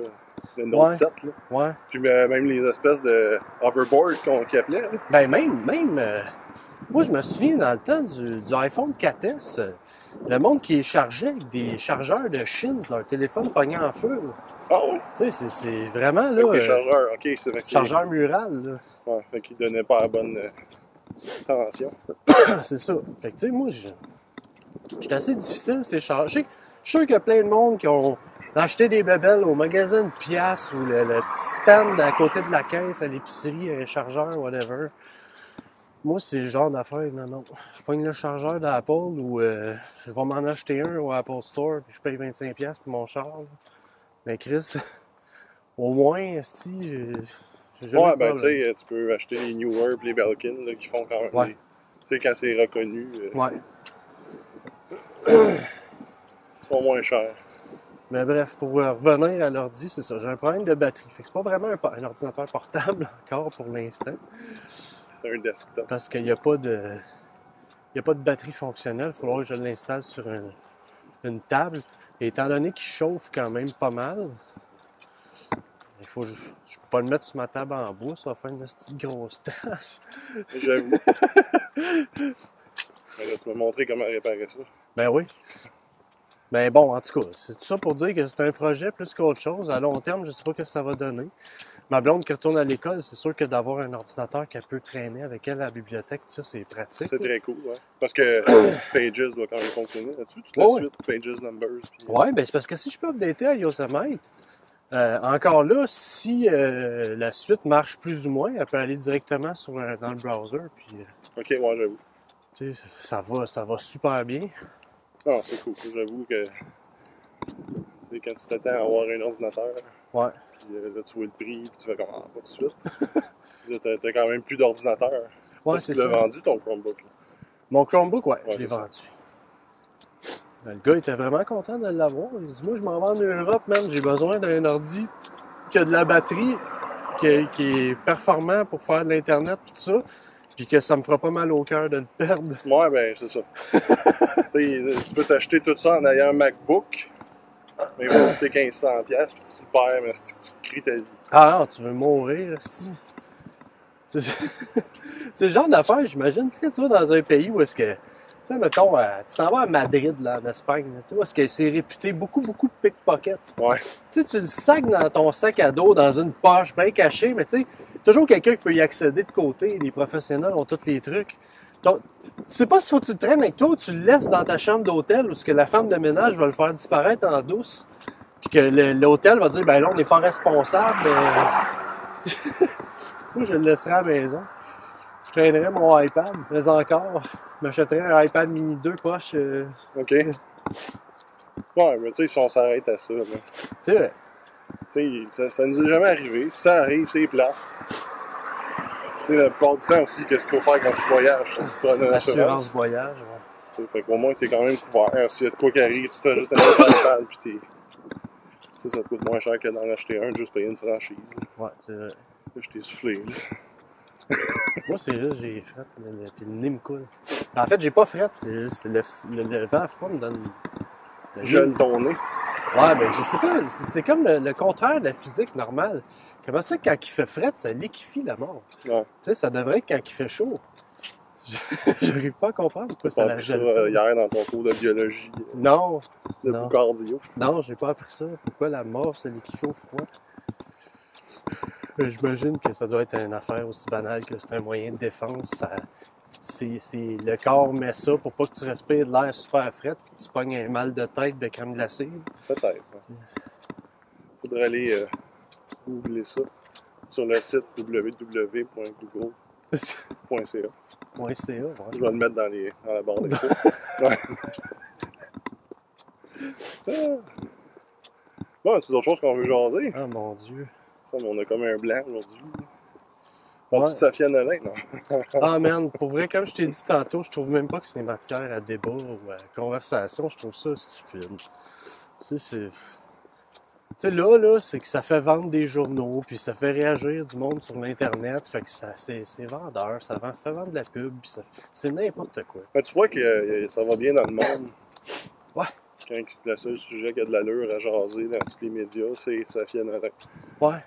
Speaker 2: le Note
Speaker 1: Ouais.
Speaker 2: 7. Là.
Speaker 1: Ouais.
Speaker 2: Puis euh, même les espèces de hoverboard qu'on qu'ils appelait. là.
Speaker 1: Ben même, même. euh, moi, je me souviens dans le temps du, du iPhone 4S, euh, le monde qui est chargé avec des chargeurs de Chine, leur téléphone pognait en feu. là.
Speaker 2: Ah ouais?
Speaker 1: Tu sais, c'est- c'est vraiment là. euh,
Speaker 2: Avec les chargeurs, ok, c'est vrai que c'est-
Speaker 1: chargeur mural, là.
Speaker 2: Ouais, fait qu'ils donnaient pas la bonne euh, tension.
Speaker 1: c'est ça. Fait que, tu sais, moi, je. J'étais assez difficile, ces chargeurs. Je sais que- je suis sûr qu'il y a plein de monde qui ont acheté des bébelles au magasin de pièces ou le, le petit stand à côté de la caisse à l'épicerie, un chargeur, whatever. Moi, c'est le genre d'affaire, non, non. Je pogne le chargeur d'Apple ou euh, je vais m'en acheter un au Apple Store puis je paye 25$ piastres pour mon charge. Mais Chris, (laughs) au moins, si, j'ai jamais
Speaker 2: Ouais,
Speaker 1: de
Speaker 2: ben tu
Speaker 1: problème.
Speaker 2: sais, euh, tu peux acheter les Newer et les Belkin là, qui font quand même.
Speaker 1: Ouais.
Speaker 2: des- Tu sais, quand c'est reconnu, euh,
Speaker 1: Ouais.
Speaker 2: ils sont moins chers.
Speaker 1: Mais bref, pour euh, revenir à l'ordi, c'est ça. J'ai un problème de batterie. Fait que c'est pas vraiment un, po- un ordinateur portable (laughs) encore pour l'instant.
Speaker 2: C'est un desktop.
Speaker 1: Parce qu'il n'y a pas de. Il y a pas de batterie fonctionnelle. Il faudra que je l'installe sur un- une table. Et étant donné qu'il chauffe quand même pas mal, il faut je, je peux pas le mettre sur ma table en bois, ça va faire une petite grosse trace. (laughs)
Speaker 2: J'avoue. Ben là, tu m'as montré comment réparer ça.
Speaker 1: Ben oui. Mais bon, en tout cas, c'est tout ça pour dire que c'est un projet plus qu'autre chose. À long terme, je ne sais pas ce que ça va donner. Ma blonde qui retourne à l'école, c'est sûr que d'avoir un ordinateur qu'elle peut traîner avec elle à la bibliothèque, tout ça, c'est pratique.
Speaker 2: C'est
Speaker 1: là.
Speaker 2: très cool, ouais.
Speaker 1: (coughs)
Speaker 2: Parce que Pages doit quand même fonctionner là-dessus, toute la
Speaker 1: Ouais,
Speaker 2: suite, Pages Numbers. puis-
Speaker 1: Ouais, ben c'est parce que si je peux updater à Yosemite, euh, encore là, si euh, la suite marche plus ou moins, elle peut aller directement sur, un- dans le browser, puis euh,
Speaker 2: Ok, ouais, j'avoue.
Speaker 1: tu sais, ça va, ça va super bien.
Speaker 2: Non, c'est cool. J'avoue que. Tu sais, quand tu t'attends à avoir un ordinateur,
Speaker 1: Ouais.
Speaker 2: puis euh, là, tu vois le prix, puis tu fais comme, ah, pas tout
Speaker 1: (laughs)
Speaker 2: de suite. Puis là, t'as t'as quand même plus d'ordinateur.
Speaker 1: Ouais,
Speaker 2: Parce
Speaker 1: c'est
Speaker 2: que tu l'as
Speaker 1: ça.
Speaker 2: vendu ton Chromebook. là.
Speaker 1: Mon Chromebook, ouais,
Speaker 2: Ouais,
Speaker 1: je l'ai
Speaker 2: c'est ça.
Speaker 1: vendu. Ben, le gars était vraiment content de l'avoir. Il dit Moi, je m'en vais en Europe, man. J'ai besoin d'un ordi qui a de la batterie qui, qui est performant pour faire de l'Internet, tout ça, puis que ça me fera pas mal au cœur de le perdre.
Speaker 2: Ouais, ben,
Speaker 1: (laughs)
Speaker 2: c'est ça. Tu sais, tu peux t'acheter tout ça en ayant un MacBook, mais il va coûter 1500$, piastres, puis tu le perds, mais c'est que tu cries ta vie.
Speaker 1: Ah non, tu veux mourir, esti. C'est (laughs) c'est le genre d'affaire, j'imagine. Tu sais, quand tu vas dans un pays où est-ce que. Tu sais, mettons, euh, tu t'en vas à Madrid, là, en Espagne, là, tu sais, où est-ce que c'est réputé beaucoup, beaucoup de pickpockets.
Speaker 2: Ouais.
Speaker 1: Tu sais, tu le sacs dans ton sac à dos, dans une poche bien cachée, mais tu sais, toujours quelqu'un qui peut y accéder de côté. Les professionnels ont tous les trucs. Donc, tu sais pas s'il faut que tu le traînes avec toi ou tu le laisses dans ta chambre d'hôtel ou ce que la femme de ménage va le faire disparaître en douce. Puis que le- l'hôtel va dire, ben là, on n'est pas responsable, mais. (laughs) Moi, je le laisserai à la maison. Je traînerais mon iPad, mais encore, je m'achèterais un iPad mini 2 poche. euh,
Speaker 2: OK? Ouais, mais tu sais, si on s'arrête à ça, là.
Speaker 1: tu sais,
Speaker 2: Tu sais, ça, ça nous est jamais arrivé. Si ça arrive, c'est plat. Tu sais, la plupart du temps aussi, qu'est-ce qu'il faut faire quand tu voyages? C'est que Tu prends une
Speaker 1: assurance
Speaker 2: assurance.
Speaker 1: voyage. ouais.
Speaker 2: Tu sais, Fait qu'au moins, t'es quand même couvert. S'il y a de quoi qui arrive, tu t'as juste un autre PayPal, puis t'es... Tu sais, ça te coûte moins cher que d'en acheter un, de juste payer une franchise. Là,
Speaker 1: Ouais, c'est vrai.
Speaker 2: Là, je t'ai soufflé. là.
Speaker 1: Moi, c'est juste, j'ai fret, mais le- puis le nez me coule. En fait, j'ai pas fret, c'est juste le, f- le, le vent froid me donne. le
Speaker 2: Gèle
Speaker 1: nez.
Speaker 2: ton nez.
Speaker 1: Ouais, mais je sais pas, c'est c'est comme le, le contraire de la physique normale. Comment ça, quand il fait fret, ça liquifie la mort?
Speaker 2: Ouais.
Speaker 1: Tu sais, ça devrait être quand il fait chaud. (laughs) Je- J'arrive pas à comprendre pourquoi ça
Speaker 2: T'as
Speaker 1: la
Speaker 2: appris ça
Speaker 1: gèle.
Speaker 2: euh,
Speaker 1: pas.
Speaker 2: hier dans ton cours de biologie, euh,
Speaker 1: Non,
Speaker 2: de
Speaker 1: Non.
Speaker 2: cardio.
Speaker 1: non, j'ai pas appris ça. Pourquoi la mort se liquifie au froid? Euh, J'imagine que ça doit être une affaire aussi banale que c'est un moyen de défense. Ça, c'est- c'est- le corps met ça pour pas que tu respires de l'air super fret puis que tu pognes un mal de tête de crème glacée.
Speaker 2: Peut-être. ouais. Faudrait aller euh, googler ça sur le site www.google.ca.
Speaker 1: Point CA, ouais.
Speaker 2: Je vais le mettre dans, les, dans la barre d'infos. Ouais. Ah. Bon, c'est autre chose qu'on veut jaser.
Speaker 1: Ah mon dieu.
Speaker 2: Ça, mais on a comme un blanc aujourd'hui.
Speaker 1: Ouais.
Speaker 2: On dit de Safia Nolin, non?
Speaker 1: Ah man, pour vrai, comme je t'ai dit tantôt, je trouve même pas que c'est des matières à débat ou à conversation. Je trouve ça stupide. Tu sais, c'est. Tu sais, là, là, c'est que ça fait vendre des journaux, puis ça fait réagir du monde sur l'Internet. Fait que ça, c'est, c'est vendeur, ça vend- fait vendre de la pub, puis ça, c'est n'importe quoi.
Speaker 2: Mais tu vois que euh, ça va bien dans le monde.
Speaker 1: Ouais.
Speaker 2: Quand le seul sujet qui a de l'allure à jaser dans tous les médias, c'est Safia Nolin.
Speaker 1: Ouais.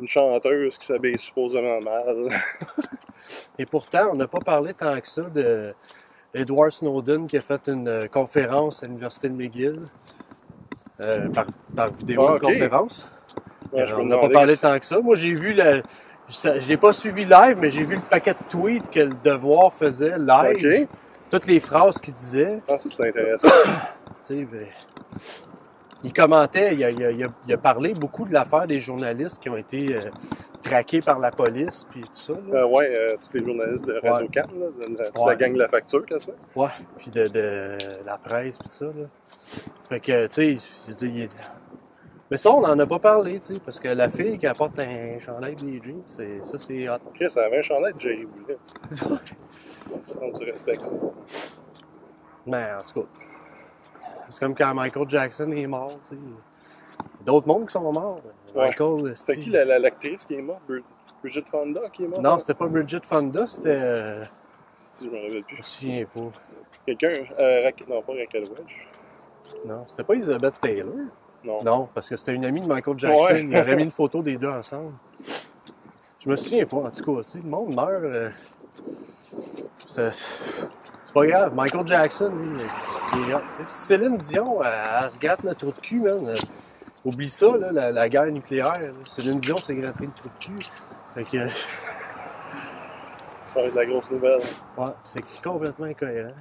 Speaker 2: Une chanteuse qui s'habille supposément mal. (laughs)
Speaker 1: Et pourtant, on n'a pas parlé tant que ça de Edward Snowden qui a fait une euh, conférence à l'Université de McGill euh, par, par vidéo
Speaker 2: Ah,
Speaker 1: de
Speaker 2: ok.
Speaker 1: conférence.
Speaker 2: Ouais,
Speaker 1: Euh,
Speaker 2: je me
Speaker 1: on n'a pas
Speaker 2: demandais
Speaker 1: parlé
Speaker 2: si-
Speaker 1: tant que ça. Moi, j'ai vu le. ça- Je l'ai pas suivi live, mais j'ai vu le paquet de tweets que le devoir faisait live.
Speaker 2: Ok.
Speaker 1: Toutes les phrases qu'il disait.
Speaker 2: Ah, ça,
Speaker 1: (coughs)
Speaker 2: c'est intéressant.
Speaker 1: Tu sais, ben, il commentait, il a, il a- il a- il a parlé beaucoup de l'affaire des journalistes qui ont été euh, traqués par la police, puis tout ça. là.
Speaker 2: Euh, ouais, euh, tous les journalistes de Radio Can, là, de, de- toute
Speaker 1: Ouais.
Speaker 2: la gang de la facture, qu'est-ce que
Speaker 1: Ouais, puis de, de la presse, puis tout ça. Là. Fait que, tu sais, je veux dire, il est- Mais ça, on n'en a pas parlé, tu sais, parce que la fille qui apporte un chandail des jeans, c'est- ça, c'est hot.
Speaker 2: Chris avait un chandail de Jerry Boulet.
Speaker 1: (laughs)
Speaker 2: Donc, tu respectes ça.
Speaker 1: Mais Ben, en tout cas, c'est comme quand Michael Jackson est mort, tu sais. Il y a D'autres mondes qui sont morts.
Speaker 2: Ouais.
Speaker 1: Michael,
Speaker 2: C'était
Speaker 1: c'est-
Speaker 2: qui la- la- l'actrice qui est morte Brid- Bridget Fonda qui est morte
Speaker 1: Non, c'était pas Bridget Fonda, c'était. euh,
Speaker 2: Si, Je me rappelle
Speaker 1: Je
Speaker 2: plus.
Speaker 1: me souviens pas.
Speaker 2: Quelqu'un. Euh, Raquel- non, pas Raquel Welch.
Speaker 1: Non, c'était pas Elizabeth Taylor.
Speaker 2: Non.
Speaker 1: Non, parce que c'était une amie de Michael Jackson.
Speaker 2: Ouais.
Speaker 1: Il aurait mis une photo des deux ensemble. Je me souviens pas, en tout cas, tu sais, le monde meurt. euh, ça- C'est pas grave. Michael Jackson, lui, il est hot, tu sais. Céline Dion, elle, elle se gratte le trou de cul, man. Euh, Oublie ça, là, la, la guerre nucléaire. là. Céline Dion s'est gratté le trou de cul. Fait que, euh,
Speaker 2: Ça va être la grosse nouvelle.
Speaker 1: ouais, c'est complètement incohérent.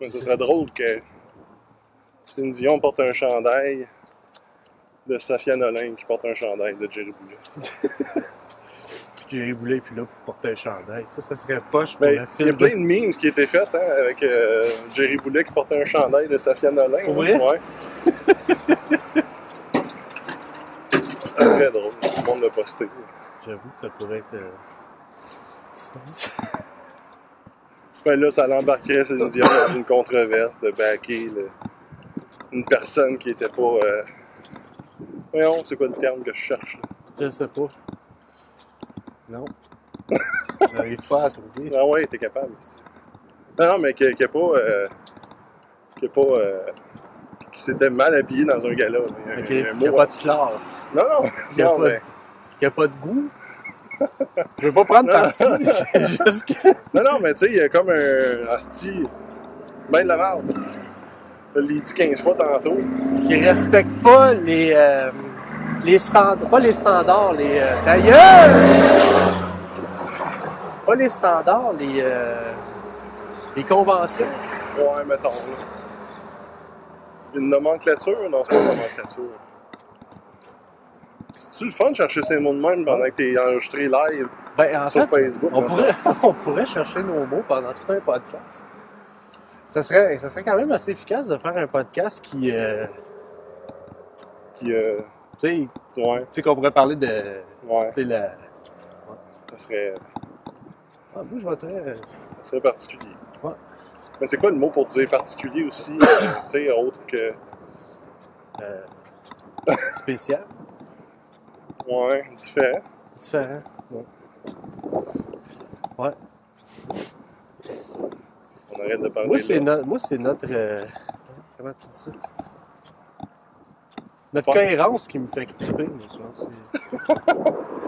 Speaker 2: Mais ce serait drôle que Céline Dion porte un chandail de Safia Nolin qui porte un chandail de Jerry Boulet.
Speaker 1: Puis Jerry Boulet est plus là pour porter un chandail. Ça, ça serait poche pour
Speaker 2: Ben,
Speaker 1: la
Speaker 2: il y a
Speaker 1: film.
Speaker 2: plein de memes qui étaient faits hein, avec euh, Jerry Boulet qui portait un chandail de Safia Nolin.
Speaker 1: Pour
Speaker 2: hein,
Speaker 1: vrai?
Speaker 2: Ouais. C'était très drôle. Tout le monde l'a posté.
Speaker 1: J'avoue que ça pourrait être. euh, ça-
Speaker 2: Ben là, ça l'embarquerait, Céline Dion, dans une controverse de baquer le- une personne qui était pas... Euh... Voyons, c'est quoi le terme que je cherche? là?
Speaker 1: Je sais pas. (laughs) Non. J'arrive pas à trouver.
Speaker 2: Ah ouais, t'es capable. c'est- Non, non, mais qui n'est pas. euh, qu'il y a pas. euh, qui s'était mal habillé dans un gala. mais euh, un-
Speaker 1: Ok,
Speaker 2: un
Speaker 1: Il n'y a
Speaker 2: mot
Speaker 1: pas de
Speaker 2: là-dessus.
Speaker 1: classe.
Speaker 2: Non, non,
Speaker 1: Il n'y a,
Speaker 2: non,
Speaker 1: pas de-
Speaker 2: mais-
Speaker 1: il y a pas de (laughs) goût. Je veux pas prendre
Speaker 2: Non.
Speaker 1: parti. (laughs) C'est juste que.
Speaker 2: non, non, mais tu sais, il y a comme un hostie. Ben de la merde. Je l'ai dit 15 fois tantôt.
Speaker 1: Qui respecte pas les. euh, les standards. Pas les standards, les. euh, ta gueule! Pas les standards, les. euh, les conventions.
Speaker 2: Ouais, mettons. Là. Une nomenclature? Non, c'est pas une nomenclature. C'est-tu le fun de chercher ces mots de même pendant que t'es enregistré live
Speaker 1: Ben, en
Speaker 2: sur
Speaker 1: fait,
Speaker 2: Facebook?
Speaker 1: on
Speaker 2: là, ça?
Speaker 1: pourrait, (laughs) on pourrait chercher nos mots pendant tout un podcast. Ça serait, ça serait quand même assez efficace de faire un podcast qui. euh,
Speaker 2: Qui, euh,
Speaker 1: tu sais,
Speaker 2: ouais,
Speaker 1: tu sais, qu'on pourrait parler de.
Speaker 2: ouais.
Speaker 1: Tu sais, la.
Speaker 2: Ça serait,
Speaker 1: Ah, moi, je voterais.
Speaker 2: ça serait particulier.
Speaker 1: Ouais.
Speaker 2: Mais c'est quoi le mot pour dire particulier aussi? (coughs) euh, tu sais, autre que.
Speaker 1: euh,
Speaker 2: (laughs)
Speaker 1: spécial.
Speaker 2: Ouais, différent.
Speaker 1: Différent. Ouais. Ouais.
Speaker 2: On arrête de parler.
Speaker 1: Moi, c'est
Speaker 2: Ah, là.
Speaker 1: no- moi, c'est notre. euh, comment tu dis ça? Notre
Speaker 2: Ouais.
Speaker 1: cohérence qui me fait triper, moi, je pense. C'est-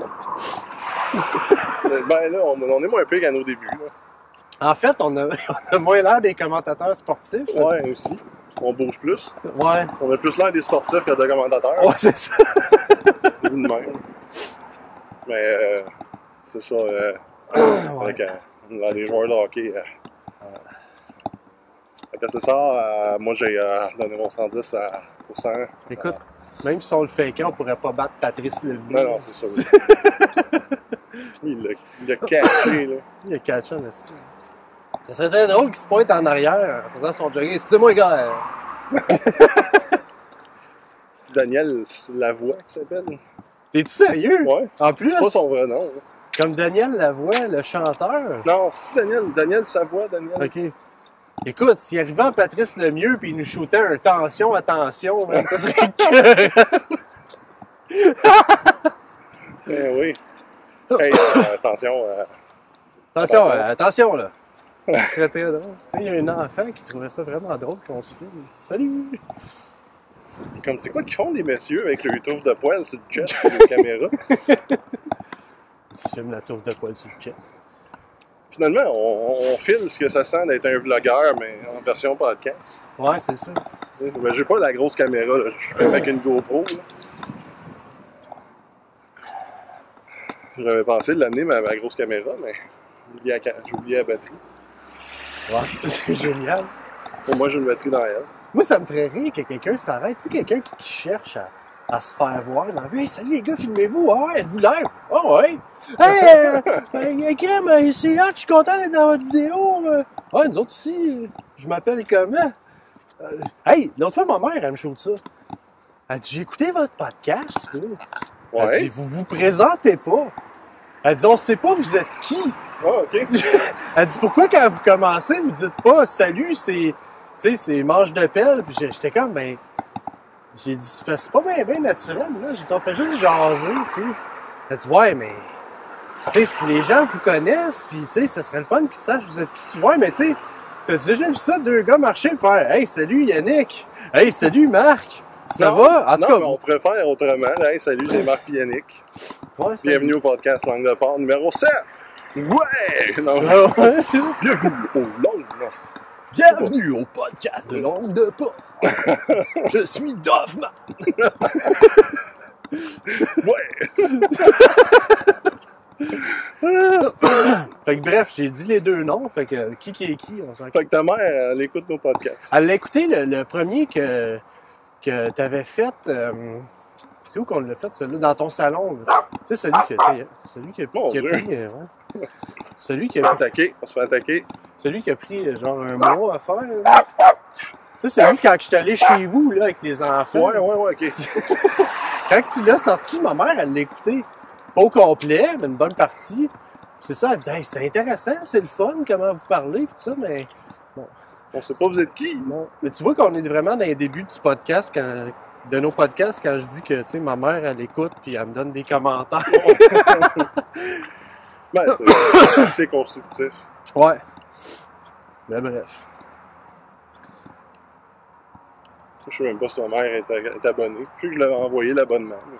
Speaker 2: Ben là, on, on est moins pire qu'à nos débuts. là.
Speaker 1: En fait, on a, (laughs) on a moins l'air des commentateurs sportifs.
Speaker 2: Ouais, aussi. On bouge plus.
Speaker 1: Ouais.
Speaker 2: On a plus l'air des sportifs que des commentateurs.
Speaker 1: Ouais, c'est ça.
Speaker 2: Ou de même. Mais euh, c'est ça, euh,
Speaker 1: Ouais.
Speaker 2: avec euh, dans les joueurs de hockey. euh, fait que c'est ça, euh, moi j'ai euh, donné mon 110 à pour cent.
Speaker 1: Écoute, même si on le fait on pourrait pas battre Patrice Lemieux.
Speaker 2: Non, non, c'est ça.
Speaker 1: (laughs)
Speaker 2: oui. Lui, il l'a- il l'a caché, là.
Speaker 1: Il a catché un esti. Ça serait très drôle qu'il se pointe en arrière en faisant son jogging. Excusez-moi, les gars. euh,
Speaker 2: Daniel Lavoie, qui s'appelle.
Speaker 1: T'es-tu sérieux?
Speaker 2: Ouais,
Speaker 1: En plus,
Speaker 2: c'est pas son vrai nom. là.
Speaker 1: comme Daniel Lavoie, le chanteur.
Speaker 2: Non, c'est Daniel, Daniel Savoie, Daniel.
Speaker 1: OK. Écoute, s'il arrivait en Patrice Lemieux puis il nous shootait un tension, attention, man, ça
Speaker 2: (laughs)
Speaker 1: serait que.
Speaker 2: Eh oui.
Speaker 1: Oh.
Speaker 2: Hey, euh, attention, euh,
Speaker 1: Attention,
Speaker 2: Attention.
Speaker 1: euh, attention, là. Ça serait très drôle. Il y a un enfant qui trouvait ça vraiment drôle qu'on se filme. Salut!
Speaker 2: comme c'est quoi qu'ils font les messieurs avec le touffe de poêle sur le chest
Speaker 1: (laughs)
Speaker 2: et les caméras?
Speaker 1: Il se filme la touffe de poil sur le chest.
Speaker 2: Finalement, on, on file ce que ça sent d'être un vlogueur, mais en version podcast.
Speaker 1: Ouais, c'est ça.
Speaker 2: Ben, j'ai pas la grosse caméra, là. je suis avec une GoPro. là. J'avais pensé de l'amener, ma, ma grosse caméra, mais j'ai oublié la ca- j'ai oublié la batterie.
Speaker 1: Ouais, (laughs) c'est génial.
Speaker 2: Pour moi, j'ai une batterie dans elle.
Speaker 1: Moi, ça me ferait rire que quelqu'un s'arrête. Tu sais, quelqu'un qui, qui cherche à, à se faire voir dans la vue. Hey, salut les gars, filmez-vous. Ah, ouais, êtes-vous l'air? Ah, ouais. Hey, euh, euh, crème, euh, c'est hot, je suis content d'être dans votre vidéo. euh. Ouais, nous autres aussi. euh, Je m'appelle comment? Euh, hey, l'autre fois, ma mère, elle me chaude ça. Elle dit, j'ai écouté votre podcast. là. Elle dit,
Speaker 2: Ouais.
Speaker 1: vous vous présentez pas. Elle dit, on sait pas vous êtes qui.
Speaker 2: Ah, ok.
Speaker 1: Elle dit pourquoi quand vous commencez, vous dites pas salut, c'est tu sais, c'est manche de pelle. Puis j'ai- j'étais comme ben j'ai dit c'est pas- c'est pas bien bien naturel là, j'ai dit on fait juste jaser, tu sais. Elle dit ouais, mais tu sais si les gens vous connaissent, puis tu sais ça serait le fun qu'ils sachent vous êtes qui. Je dis, Ouais, mais tu sais t'as déjà vu ça deux gars marcher puis faire hey salut Yannick, hey salut Marc. Ça
Speaker 2: Non,
Speaker 1: va? En tout
Speaker 2: non,
Speaker 1: cas,
Speaker 2: mais on pourrait faire autrement. Hey, salut, c'est Marc Yannick.
Speaker 1: ouais, ça-
Speaker 2: Bienvenue au podcast Langue de Porte numéro 7. Ouais! Non,
Speaker 1: (laughs) Ouais.
Speaker 2: bienvenue au Langue.
Speaker 1: Bienvenue au podcast de langue de (laughs) porc. Je suis Doffman. Fait que bref, j'ai dit les deux noms. Fait que euh, qui qui est qui, on s'en
Speaker 2: Fait que ta mère, elle écoute nos podcasts.
Speaker 1: Elle l'a écouté, le, le premier que, que t'avais fait. euh, c'est où qu'on l'a fait, celui-là? Dans ton salon. là. Tu sais, celui que t'as- celui qui a,
Speaker 2: Mon
Speaker 1: qui a
Speaker 2: Dieu.
Speaker 1: pris. euh, ouais. Celui qui
Speaker 2: On se
Speaker 1: a,
Speaker 2: fait attaquer, on se fait attaquer.
Speaker 1: celui qui a pris euh, genre un mois à faire. là. Tu sais, celui quand je suis allé chez vous là, avec les enfants.
Speaker 2: Ouais, ouais, ouais, ok.
Speaker 1: Quand tu l'as sorti, ma mère, elle l'a écouté. Pas au complet, mais une bonne partie. Puis C'est ça, elle dit Hey, c'est intéressant, c'est le fun, comment vous parlez, puis tout ça, mais
Speaker 2: On sait pas vous êtes qui.
Speaker 1: non. Mais tu vois qu'on est vraiment dans les débuts du podcast, quand- de nos podcasts, quand je dis que, tu sais, ma mère, elle écoute, puis elle me donne des commentaires. (coughs)
Speaker 2: Ben, c'est- c'est constructif.
Speaker 1: (laughs) Ouais. Mais bref.
Speaker 2: Je sais même pas si ma mère est, est abonnée. Je sais que je l'avais envoyé l'abonnement. mais-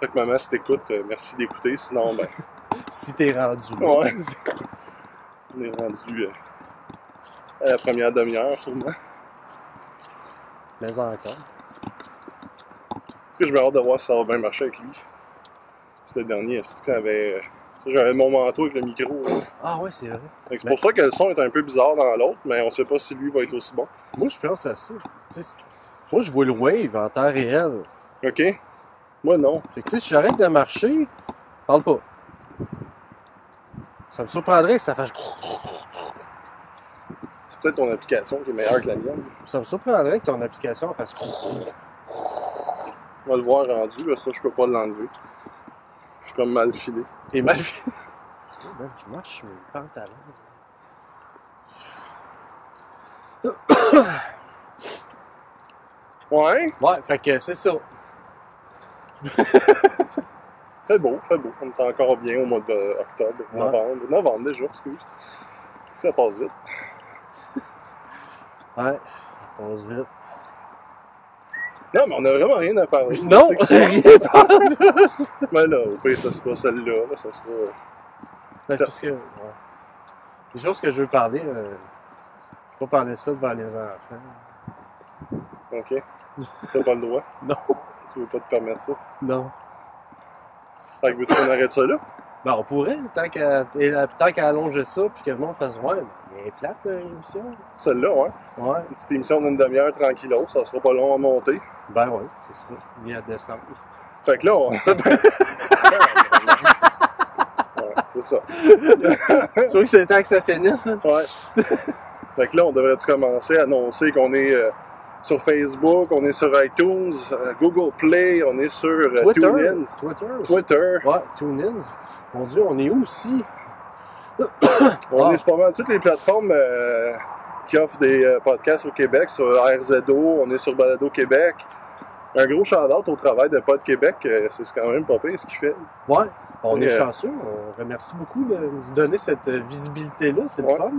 Speaker 2: Fait que maman, si t'écoutes, euh, merci d'écouter. Sinon, ben,
Speaker 1: Si t'es rendu. là.
Speaker 2: ouais. On est rendu euh, à la première demi-heure, sûrement.
Speaker 1: Mais
Speaker 2: Est-ce
Speaker 1: encore.
Speaker 2: que je me hâte de voir si ça va bien marcher avec lui? C'est le dernier. Est-ce que ça avait. ça, J'avais mon manteau avec le micro. là.
Speaker 1: Ah ouais, c'est vrai.
Speaker 2: Fait que C'est pour ça que le son est un peu bizarre dans l'autre, mais on sait pas si lui va être aussi bon.
Speaker 1: Moi, je pense à ça. Tu sais, c'est- moi, je vois le wave en temps réel.
Speaker 2: OK? Moi, non.
Speaker 1: Fait que, tu sais, si j'arrête de marcher, je parle pas. Ça me surprendrait que ça fasse.
Speaker 2: C'est peut-être ton application qui est meilleure que la mienne.
Speaker 1: Ça me surprendrait que ton application fasse.
Speaker 2: On va le voir rendu, là, ça, je peux pas l'enlever. Je suis comme mal filé.
Speaker 1: T'es mal (laughs) Man, je marche sur mes pantalons.
Speaker 2: Ouais,
Speaker 1: Ouais, fait que c'est ça.
Speaker 2: fait beau, fait beau. On est encore bien au mois d'octobre,
Speaker 1: Ouais.
Speaker 2: novembre. Novembre déjà, excuse. C'est-tu que Ça passe vite.
Speaker 1: Ouais, ça passe (laughs) vite.
Speaker 2: Non, mais on a vraiment rien à parler.
Speaker 1: Non,
Speaker 2: C'est que
Speaker 1: j'ai
Speaker 2: ça-
Speaker 1: (laughs) rien parlé.
Speaker 2: Mais là, au pire, ça sera celle-là. Là, ça sera...
Speaker 1: Ben, c'est parce que. ouais. Les choses que je veux parler, euh, je peux pas parler ça devant les enfants.
Speaker 2: OK. T'as pas le droit.
Speaker 1: (laughs) Non.
Speaker 2: Tu veux pas te permettre ça.
Speaker 1: Non.
Speaker 2: Fait que veux-tu qu'on arrête ça là?
Speaker 1: Ben, on pourrait, tant qu'à et la- tant qu'à allonger ça, puis que le monde fasse Ouais, mais elle est plate, euh, l'émission.
Speaker 2: Celle-là, ouais.
Speaker 1: Ouais.
Speaker 2: Une petite émission d'une demi-heure tranquillo, ça sera pas long à monter.
Speaker 1: Ben, ouais, c'est ça. Il est à décembre.
Speaker 2: Fait que là, on... Ouais, c'est ça.
Speaker 1: (laughs) tu vois que c'est le temps que ça finisse, hein? là?
Speaker 2: Ouais. fait que là, on devrait-tu commencer à annoncer qu'on est euh, sur Facebook, on est sur iTunes, euh, Google Play, on est sur euh, TuneIn,
Speaker 1: Ben, Twitter. aussi.
Speaker 2: Twitter.
Speaker 1: Ouais, TuneIn. Mon Dieu, on est où aussi?
Speaker 2: On
Speaker 1: Ah.
Speaker 2: est sur pas mal toutes les plateformes euh, qui offrent des euh, podcasts au Québec, sur RZO, on est sur Balado Québec. Un gros shout-out au travail de Pod Québec, euh, c'est quand même pas pire ce qu'il fait.
Speaker 1: Ouais. On est
Speaker 2: C'est, euh,
Speaker 1: chanceux. On remercie beaucoup de nous donner cette euh, visibilité-là. C'est le
Speaker 2: Ouais.
Speaker 1: fun. là.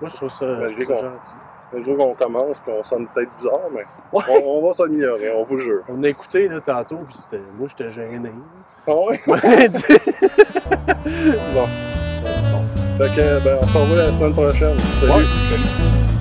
Speaker 1: Moi, je trouve ça, je
Speaker 2: Ben, je
Speaker 1: trouve ça
Speaker 2: les
Speaker 1: gentil.
Speaker 2: Le jour qu'on commence, puis on sonne peut-être bizarre, mais
Speaker 1: Ouais.
Speaker 2: on, on va s'améliorer, on vous jure.
Speaker 1: On a écouté là, tantôt, puis c'était- moi, j'étais (laughs) gêné.
Speaker 2: Ah ouais?
Speaker 1: Ouais, tu-
Speaker 2: Bon. Fait que, ben, on se revoit la semaine prochaine. Salut!
Speaker 1: Ouais.